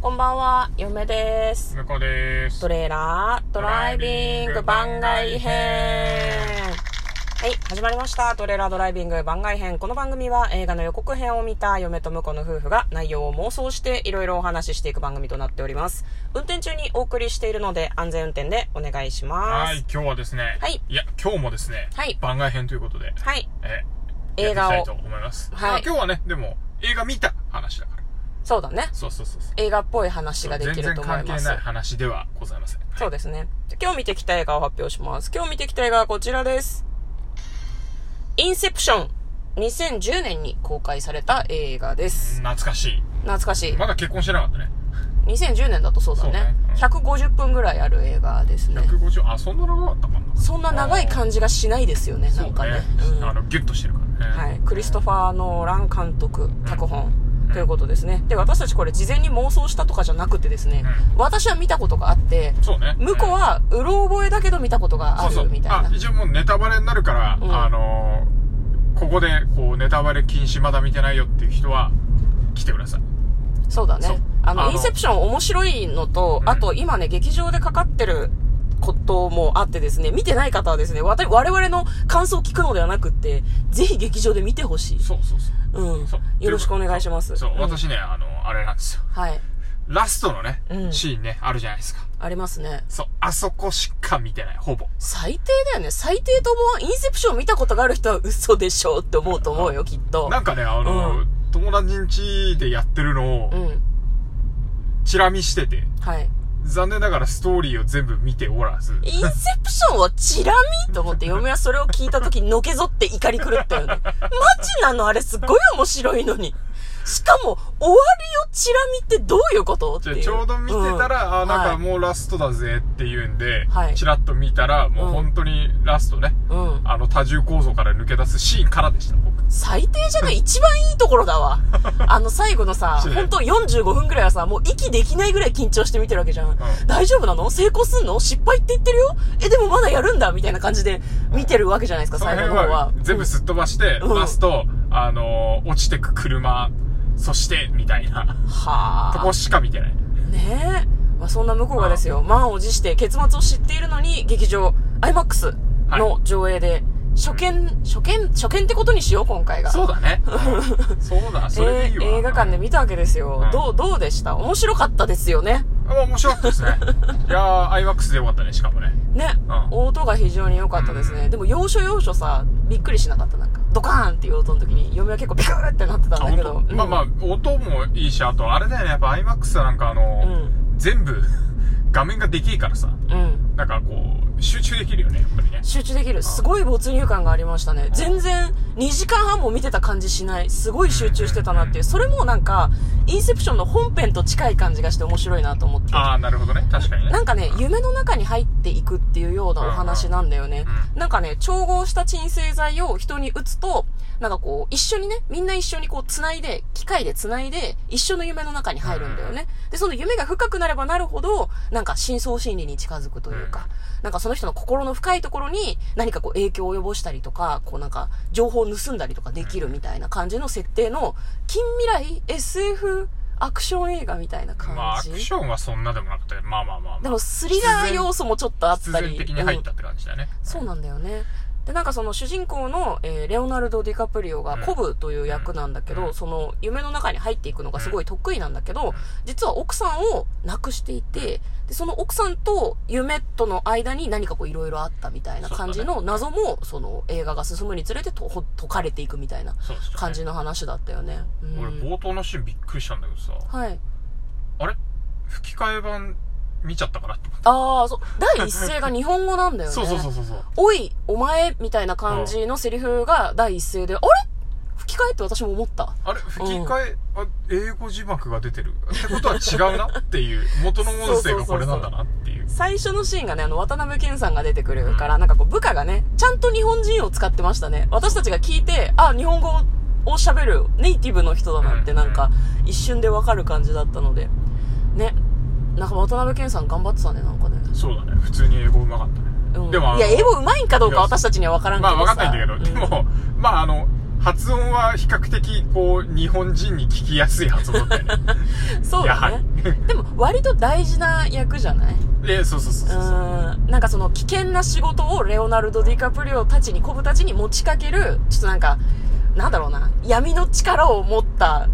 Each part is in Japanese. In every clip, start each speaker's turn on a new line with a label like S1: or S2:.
S1: こんばんは、嫁です。
S2: 向こうです
S1: ト。レーラードライビング番外編。はい、始まりました。トレーラードライビング番外編。この番組は映画の予告編を見た嫁と婿の夫婦が内容を妄想していろいろお話ししていく番組となっております。運転中にお送りしているので安全運転でお願いします。
S2: はい、今日はですね、
S1: はい
S2: や、今日もですね、
S1: はい
S2: 番外編ということで、
S1: はい。
S2: え
S1: 映画を
S2: やっていきたいと思います。
S1: はい
S2: まあ今日はね、でも、映画見た話だから。
S1: そうだね。
S2: そうそうそうそう。
S1: 映画っぽい話ができると思い
S2: 全然関
S1: ま
S2: 係
S1: す
S2: な。い話ではございません。
S1: そうですね。今日見てきた映画を発表します。今日見てきた映画はこちらです。インセプション。2010年に公開された映画です。
S2: 懐かし
S1: 懐かしい
S2: い。。まだ結婚してなかったね。
S1: 2010年だとそうだね。
S2: そうねうん
S1: 150分ぐらいある映画ですね。
S2: 150、あ、そんな長かったかな。
S1: そんな長い
S2: じ。
S1: 感じがしないですよね、な
S2: そうん
S1: かね
S2: ね。。
S1: うん
S2: あの、ギュッとしてるからね。
S1: はい、クリストファー・ノーラン監督脚本ということですねで私たちこれ事前に妄想したとかじゃなくてですね、私は見たことがあって
S2: そうね。
S1: 向こうはうろ覚えだけど見たことがあ
S2: そうそう
S1: るみたいな
S2: あ一応もうネタバレになるから、
S1: うん
S2: あのーここでこうネタバレ禁止まだ見てないよっていう人は来てください
S1: そうだ
S2: そう
S1: ね。あの、
S2: あの
S1: インセプション面白いのと、
S2: うん
S1: あと今ね、劇場でかかってることもあってですね、見てない方はですね、わた我々の感想を聞くのではなくって、ぜひ劇場で見てほしい。
S2: そうそうそう
S1: うん
S2: そう。
S1: よろしくお願いします。
S2: そう、
S1: うん
S2: 私ねあのあれなんですよ
S1: はい。
S2: ラストのね、
S1: うん
S2: シーンねあるじゃないですか
S1: ありますね。
S2: そうあそこしか見てないほぼ
S1: 最低だよね。最低と思う。インセプション見たことがある人は嘘でしょうって思うと思うよ、きっと。
S2: なんかねあのー、
S1: う
S2: 友達ん家でやってるの
S1: う
S2: を
S1: ん。
S2: チラ見してて
S1: はい。
S2: 残念ながらストーリーを全部見ておらず
S1: インセプションはチラ見と思って嫁はそれを聞いた時のけぞって怒り狂ったよね。マジなのあれすごい面白いのに。しかも、終わりをチラ見ってどういうことって
S2: じゃあ
S1: いう。
S2: ちょうど見てたら、
S1: うん
S2: あなんか
S1: は
S2: もうラストだぜっていうんで、
S1: はい
S2: チラッと見たら、もう本当にラストね、
S1: いうん。
S2: あの多重構造から抜け出すシーンからでした、僕。
S1: 最低じゃない一番いいところだ わ。あの最後のさ、
S2: そう
S1: 本当45分くらいはさ、もう息できないぐらい緊張して見てるわけじゃん。
S2: ん
S1: 大丈夫なの成功すんの失敗って言ってるよえ、でもまだやるんだみたいな感じで見てるわけじゃないですか、
S2: その
S1: 最後
S2: 辺
S1: の方は
S2: は。全部すっ飛ばして、
S1: うん
S2: ラスト、あのー落ちてく車、そして、みたいな、
S1: はあ。
S2: とこしか見てない。
S1: ねえ、まあ、そんな向こうがですよ満を持して結末を知っているのに劇場 IMAX の上映で、初見初見初見ってことにしよう今回が
S2: そう だね。うんそうだ、それでいいわ。
S1: えー映画館で見たわけですよ、
S2: うん
S1: どうどうでした面白かったですよね
S2: あ面白かったですね。いやー、IMAX でよかったね、しかもね。
S1: ね、
S2: うん
S1: 音が非常に良かったですね、でも要所要所さびっくりしなかったなんかドカーンっていう音の時に嫁は結構ビクーってなってたんだけど
S2: 本当まあ
S1: あ
S2: まあ、音もいいし、あと、あれだよね、やっぱ IMAX はなんかあの、
S1: うん
S2: 全部、 画面がでけえからさ、
S1: うん
S2: なんかこう、集中できるよね、やっぱりね。
S1: 集中できるすごい没入感がありましたね全然2時間半も見てた感じしないすごい集中してたなっていうそれもなんかインセプションの本編と近い感じがして面白いなと思って
S2: ああ、なるほどね。確かにね。
S1: なんかね夢の中に入っていくっていうようなお話なんだよねなんかね調合した鎮静剤を人に打つとなんかこう一緒にねみんな一緒にこう繋いで機械で繋いで一緒の夢の中に入るんだよねでその夢が深くなればなるほどなんか深層心理に近づくというかなんかその人の心の深いところに何かこう影響を及ぼしたりとか、こうなんか情報を盗んだりとかできるみたいな感じの設定の近未来 SF アクション映画みたいな感じ。
S2: まあ、アクションはそんなでもなかったけど、まあまあまあ
S1: で
S2: まあ。
S1: もスリラー要素もちょっとあっ
S2: 必
S1: たり。
S2: 然的に入っ
S1: うん
S2: たって感じだね。
S1: そうなんだよね。で、なんかその主人公の、えーレオナルド・ディカプリオが
S2: うん
S1: コブという役なんだけど、
S2: うん
S1: その夢の中に入っていくのがすごい得意なんだけど、実は奥さんを亡くしていて、で、その奥さんと夢との間に何かこういろいろあったみたいな感じの謎も、その映画が進むにつれてとほ解かれていくみたいな
S2: そうですよね
S1: 感じの話だったよね。う
S2: 俺、
S1: ん、
S2: 冒頭のシーンびっくりしたんだけどさ、
S1: はい。
S2: あれ吹き替え版見ちゃったかなって思っ
S1: ああ、そう、第一声が日本語なんだ
S2: て。
S1: よね。
S2: そうそうそうそうそう。
S1: おい、お前、みたいな感じのセリフが第一声で、あれ吹き替えって私も思った。
S2: あれ吹き替え、あ、英語字幕が出てる。ってことは違うなっていう、元の音声がこれなんだなっていう。
S1: 最初のシーンがね、あの、渡辺謙さんが出てくるから、なんかこう、部下がね、ちゃんと日本人を使ってましたね。私たちが聞いて、あ、日本語を喋るネイティブの人だなって、
S2: うん
S1: なんか、一瞬でわかる感じだったので。ね。なんか渡辺謙さん頑張ってたね、なんかね。
S2: そうだね。普通に英語うまかったね。
S1: うん。
S2: でもあの
S1: いや、英語上手いんかどうか
S2: いや
S1: 私たちにはわからんけ
S2: ま
S1: ど
S2: あ
S1: さ。
S2: 分かんないんだけ
S1: う
S2: ど、でも、まああの、発音は比較的、こう、日本人に聞きやすい発音だったよね。
S1: そう
S2: やは
S1: だ
S2: り
S1: ね。。でも割と大事な役じゃない
S2: え、そうそうそう
S1: う
S2: そうそう。
S1: ーんなんかその危険な仕事をレオナルド・ディカプリオたちに、コブたちに持ちかける、ちょっとなんか、なんだろうな、闇の力を持った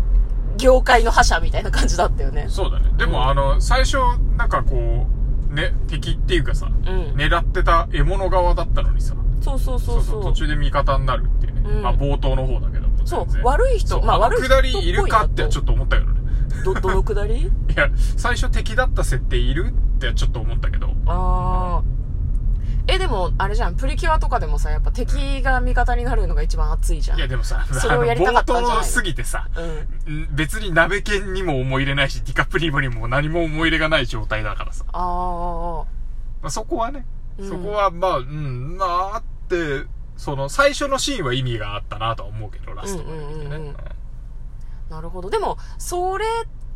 S1: 業界の覇者みたいな感じだったよね。
S2: そうだね。でも、
S1: うん
S2: あの、最初、なんかこう、ね、敵っていうかさ、
S1: うん。
S2: 狙ってた獲物側だったのにさ、
S1: そうそうそうそう。
S2: 途中で味方になるっていうね。
S1: うん
S2: まあ、冒頭の方だけども。
S1: そう
S2: 全然
S1: 悪い人
S2: そう
S1: まあ
S2: の
S1: 悪い人
S2: 下りいるかってちょっと思ったけどね。
S1: ど、どのくだ り
S2: いや、最初敵だった設定いるってちょっと思ったけど。
S1: あー。え、でも、あれじゃん、プリキュアとかでもさ、やっぱ敵が味方になるのが一番熱いじゃん。
S2: いや、でもさ、
S1: それをやりたか
S2: 冒
S1: ったんじゃないの
S2: 頭すぎてさ、
S1: うん。
S2: ん別に鍋犬にも思い入れないし、ディカプリモにも何も思い入れがない状態だからさ。
S1: あ
S2: まあ、そこはね、
S1: うん
S2: そこはまあ、うん、なあって、その、最初のシーンは意味があったなとは思うけど、ラストまで見
S1: うんう
S2: てね。
S1: んうんうん
S2: うん
S1: ー、なるほど。でも、それ、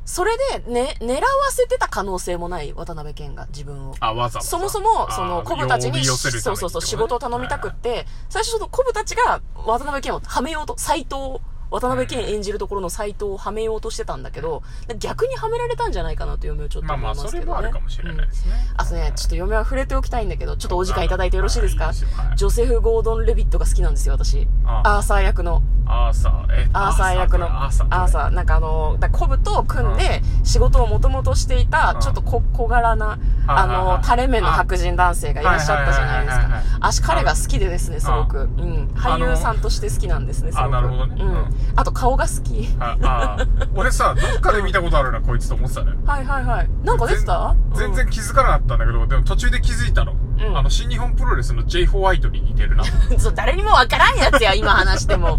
S1: それで、ね、狙わせてた可能性もない、渡辺謙が、自分を。
S2: あ、わざわざ。
S1: そもそも、
S2: あー
S1: その、コブたちに、
S2: 呼び寄せるために
S1: そうそうそう、
S2: ってことね
S1: 仕事を頼みたくって、最初ちょっとコブたちが渡辺謙をはめようと、斎藤、渡辺謙演じるところの斎藤をはめようとしてたんだけど、逆にはめられたんじゃないかなという嫁をちょっと
S2: ま
S1: 思
S2: あ
S1: い
S2: ま
S1: ま
S2: あ、
S1: すけど、
S2: そ
S1: ね。
S2: れもあるかもしれないですね。
S1: あとね、ちょっと嫁は触れておきたいんだけど、ちょっとお時間いただいてよろしいです
S2: あ
S1: か
S2: いいですよはい
S1: ジョセフ・ゴードン・レビットが好きなんですよ、私。
S2: あ
S1: アーサー役の。
S2: アーサー、え、
S1: アーサー役の。
S2: アーサー。
S1: アーサーなんかあの、だコブと組んで、仕事をもともとしていた
S2: う、ん
S1: ちょっとこ小柄な、
S2: はい
S1: あ
S2: はいはい
S1: の、垂れ目の白人男性がいらっしゃったじゃないです
S2: はいはいはいはいは
S1: か。
S2: い
S1: 私、彼が好きでですね、すごく。
S2: う
S1: うん。
S2: あの
S1: 俳優さんとして好きなんですね、すごく。
S2: あなるほどね
S1: う
S2: うんん。
S1: あと、顔が好き。
S2: ああー俺さ、どっかで見たことあるな、こいつと思ってたね。
S1: はいはいはい。なんか出てた
S2: 全全然気づかなかったんだけど、でも途中で気づいたの。
S1: ん
S2: あの、新日本プロレスの J. ホワイトに似て るな。い
S1: うんそう誰にもわからんやつや、今話して も。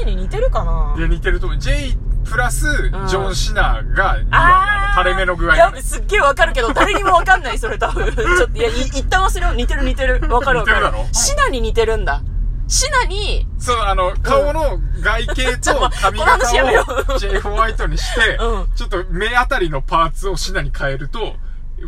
S1: J に似てるかな
S2: や、似てると思う。J プラス、ジョン・シナが、
S1: あー
S2: 垂れ目の具合
S1: い
S2: が
S1: や
S2: ね、
S1: すっげえわかるけど、誰にもわかんない、それ多 分。ちょっと、いや、い一旦忘れよう。似てる似てる。わかるわか
S2: 似て
S1: る
S2: るだろ。
S1: シナに似てるんだ。シナに、
S2: そう、あの、顔の外形
S1: ちょ っと
S2: と
S1: 待って
S2: 髪
S1: この話やめよ
S2: 型を J. ホワイトにして、
S1: うん
S2: ちょっと目あたりのパーツをシナに変えると、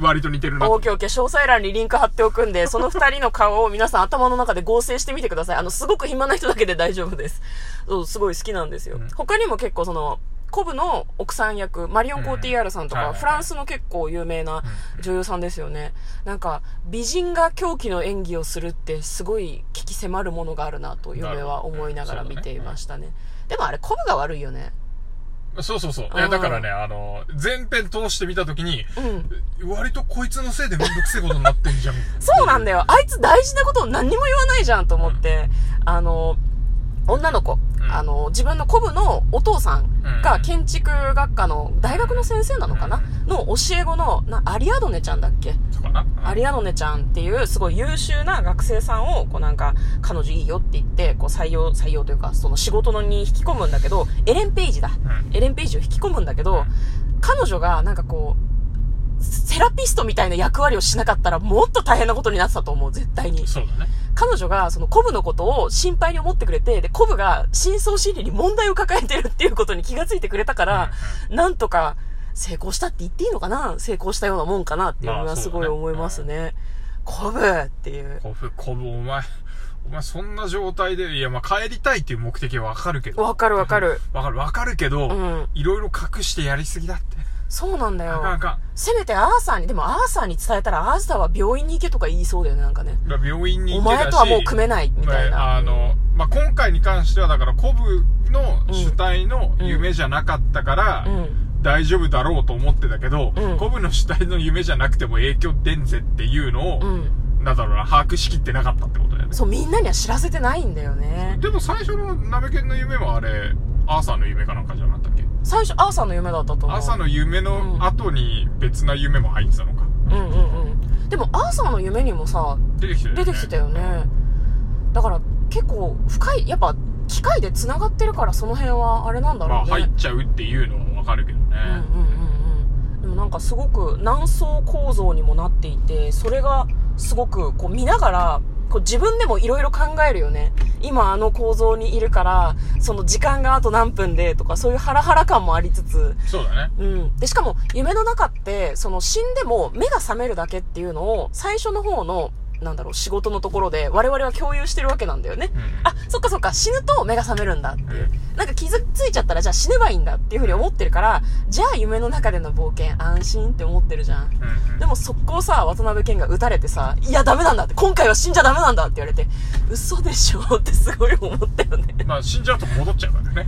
S2: 割と似てるなと
S1: オーケーオーケー、詳細欄にリンク貼っておくんで、その二人の顔を皆さん頭の中で合成してみてください。あの、すごく暇な人だけで大丈夫です。 そう、すごい好きなんですよ
S2: うん。
S1: 他にも結構その、コブの奥さん役、マリオン・コーティアールさんとか、
S2: うんはいはいはい
S1: フランスの結構有名な女優さんですよね。なんか、美人が狂気の演技をするって、すごい聞き迫るものがあるなと、嫁は思いながら見ていましたね。でもあれ、コブが悪いよね。
S2: そうそうそう。いうや、
S1: ん
S2: だからね、あの、前編通して見たときに、
S1: うん。
S2: 割とこいつのせいでめんどくせえことになってんじゃん。
S1: そうなんだよ。あいつ大事なことを何にも言わないじゃんと思って、あの、女の子、
S2: ん
S1: あの、自分のコブのお父さん
S2: う
S1: が
S2: ん
S1: 建築学科の大学の先生なのかな、の教え子のな、アリアドネちゃんだっけ
S2: そうかな。
S1: アリアドネちゃんっていうすごい優秀な学生さんを、こうなんか、彼女いいよって言って、こう採用、採用というか、その仕事のに引き込むんだけど、エレン・ペイジだ。
S2: うん
S1: エレン・ペイジを引き込むんだけど、彼女がなんかこう、セラピストみたいな役割をしなかったらもっと大変なことになってたと思う、絶対に。
S2: そうだね。
S1: 彼女がそのコブのことを心配に思ってくれて、で、コブが真相心理に問題を抱えてるっていうことに気がついてくれたから、なんとか成功したって言っていいのかな成功したようなもんかなっていうの
S2: ま
S1: は
S2: あ
S1: す
S2: そうだ
S1: ご
S2: ね
S1: い思いますね。コブっていう。
S2: コブ、コブ、お前、お前そんな状態で、いや、まあ、帰りたいっていう目的はわかるけど。
S1: わかるわかる。
S2: わかる、わかるけ
S1: う
S2: ど、
S1: ん。
S2: いろいろ隠してやりすぎだって。
S1: そうなんだ
S2: あかんあ
S1: よ。
S2: か
S1: せめてアーサーに、でもアーサーに伝えたらアーサーは病院に行けとか言いそうだよね、なんかね。
S2: ん。だから病院に
S1: お
S2: 行ってた
S1: 前
S2: し。
S1: とはもう組めない、みたい
S2: まあ
S1: な。
S2: あの、まあ、今回に関しては、だから、コブの主体の夢じゃなかったから、
S1: うん。
S2: 大丈夫だろうと思ってたけど、
S1: うん
S2: コブの主体の夢じゃなくても影響出んぜっていうのを、
S1: うん。
S2: なんだろうな、把握しきってなかったってことだよね。
S1: そう、みんなには知らせてないんだよね。
S2: でも最初のナベケンの夢はあれ、アーサーの夢かなんかじゃなかったっけ
S1: 最初、アーサーの夢だったと思う。
S2: アーサーの夢の後に別な夢も入ってたのか。
S1: うんうんうん。でも、アーサーの夢にもさ、
S2: 出てきてたよね。
S1: 出てきてたよね。だから、結構、深い、やっぱ、機械で繋がってるから、その辺は、あれなんだ
S2: ま
S1: ろ
S2: あ
S1: うね。
S2: 入っちゃうっていうのはわかるけどね。
S1: うんうんうんうん。でもなんかすごく何層構造にもなっていて、それがすごくこう見ながら、こう自分でもいろいろ考えるよね。今あの構造にいるから、その時間があと何分でとか、そういうハラハラ感もありつつ、
S2: そうだね。
S1: うん。で、しかも夢の中って、その死んでも目が覚めるだけっていうのを、最初の方の、なんだろう、仕事のところで、我々は共有してるわけなんだよね。
S2: うん
S1: あ、そっかそっか、死ぬと目が覚めるんだっていう
S2: う。
S1: なんか傷ついちゃったら、じゃあ死ねばいいんだっていうふうに思ってるから、じゃあ夢の中での冒険安心って思ってるじゃん。
S2: うんうん
S1: でも速攻さ、渡辺謙が撃たれてさ、いやダメなんだって、今回は死んじゃダメなんだって言われて、嘘でしょってすごい思ったよね。
S2: まあ死んじゃうと戻っちゃうからね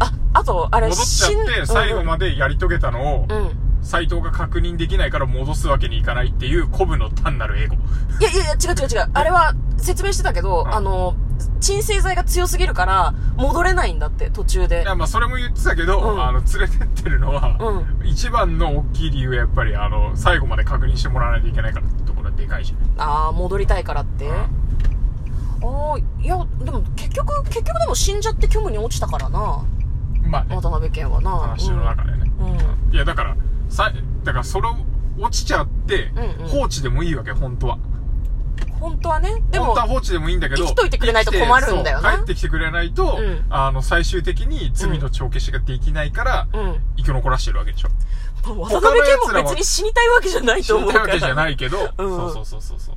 S1: あ、あと、あれ、
S2: 戻っちゃって最後までやり遂げたのを
S1: で。うんうん。
S2: 斎藤が確認できないから戻すわけにいかないっていう古武の単なる英語
S1: いやいやいや、違う違う違う。あれは説明してたけど、
S2: うん
S1: あの、鎮静剤が強すぎるから、戻れないんだって、途中で
S2: い。やまあそれも言ってたけど、
S1: うん
S2: あの連れてってるのは、
S1: う
S2: 一番の大きい理由はやっぱりあの最後まで確認してもらわないといけないからってところはでかいじゃん
S1: ああ、戻りたいからって。
S2: うん
S1: ああ、いや、でも結局、結局でも死んじゃって虚無に落ちたからな。
S2: まあね
S1: 渡辺謙はな。
S2: 話の中でね、
S1: うん。うん。
S2: いやだからさだからそれを落ちちゃって、
S1: うんうん
S2: 放置でもいいわけ本当は
S1: 本当はね。で
S2: 本
S1: も
S2: 当、は放置でもいいんだけど
S1: 生きといてくれないと困るんだよな
S2: そう帰ってきてくれないと、
S1: うん
S2: あの最終的に罪の帳消しができないから、
S1: うん。
S2: 生き残らしてるわけでしょ
S1: まあ渡辺謙も別に死にたいわけじゃない
S2: 死
S1: と思
S2: に
S1: う
S2: たい
S1: か
S2: わ
S1: ら。
S2: けじゃないけど、
S1: うん
S2: そうそうそうそうそう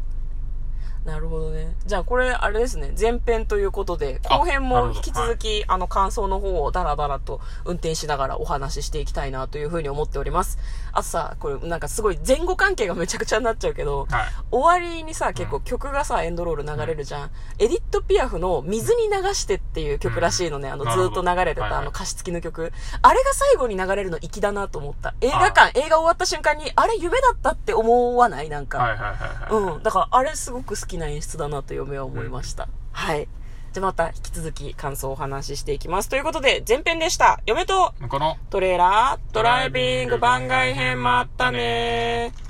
S1: なるほどね。じゃあこれ、あれですね。前編ということで、
S2: あ
S1: 後編
S2: なる
S1: も
S2: ほど
S1: 引き続き、あの、感想の方をダラダラと運転しながらお話ししていきたいなというふうに思っております。あとさ、これなんかすごい前後関係がめちゃくちゃになっちゃうけど、
S2: はい
S1: 終わりにさ、結構曲がさ、エンドロール流れるじゃん。エディット・ピアフの水に流してっていう曲らしいのね。あの、ず
S2: なるほ
S1: ー
S2: ど
S1: っと流れて
S2: はい
S1: た
S2: はい
S1: あの歌詞付きの曲。あれが最後に流れるの粋だなと思った。映画館、映画終わった瞬間に、あれ夢だったって思わないなんか。
S2: はいはいはいはい、
S1: うん。だから、あれすごく好きな演出だなと嫁は思いました。はい。じゃあまた引き続き感想をお話ししていきます。ということで、前編でした。嫁と
S2: この
S1: トレーラー、ドライビング番外編まったねー。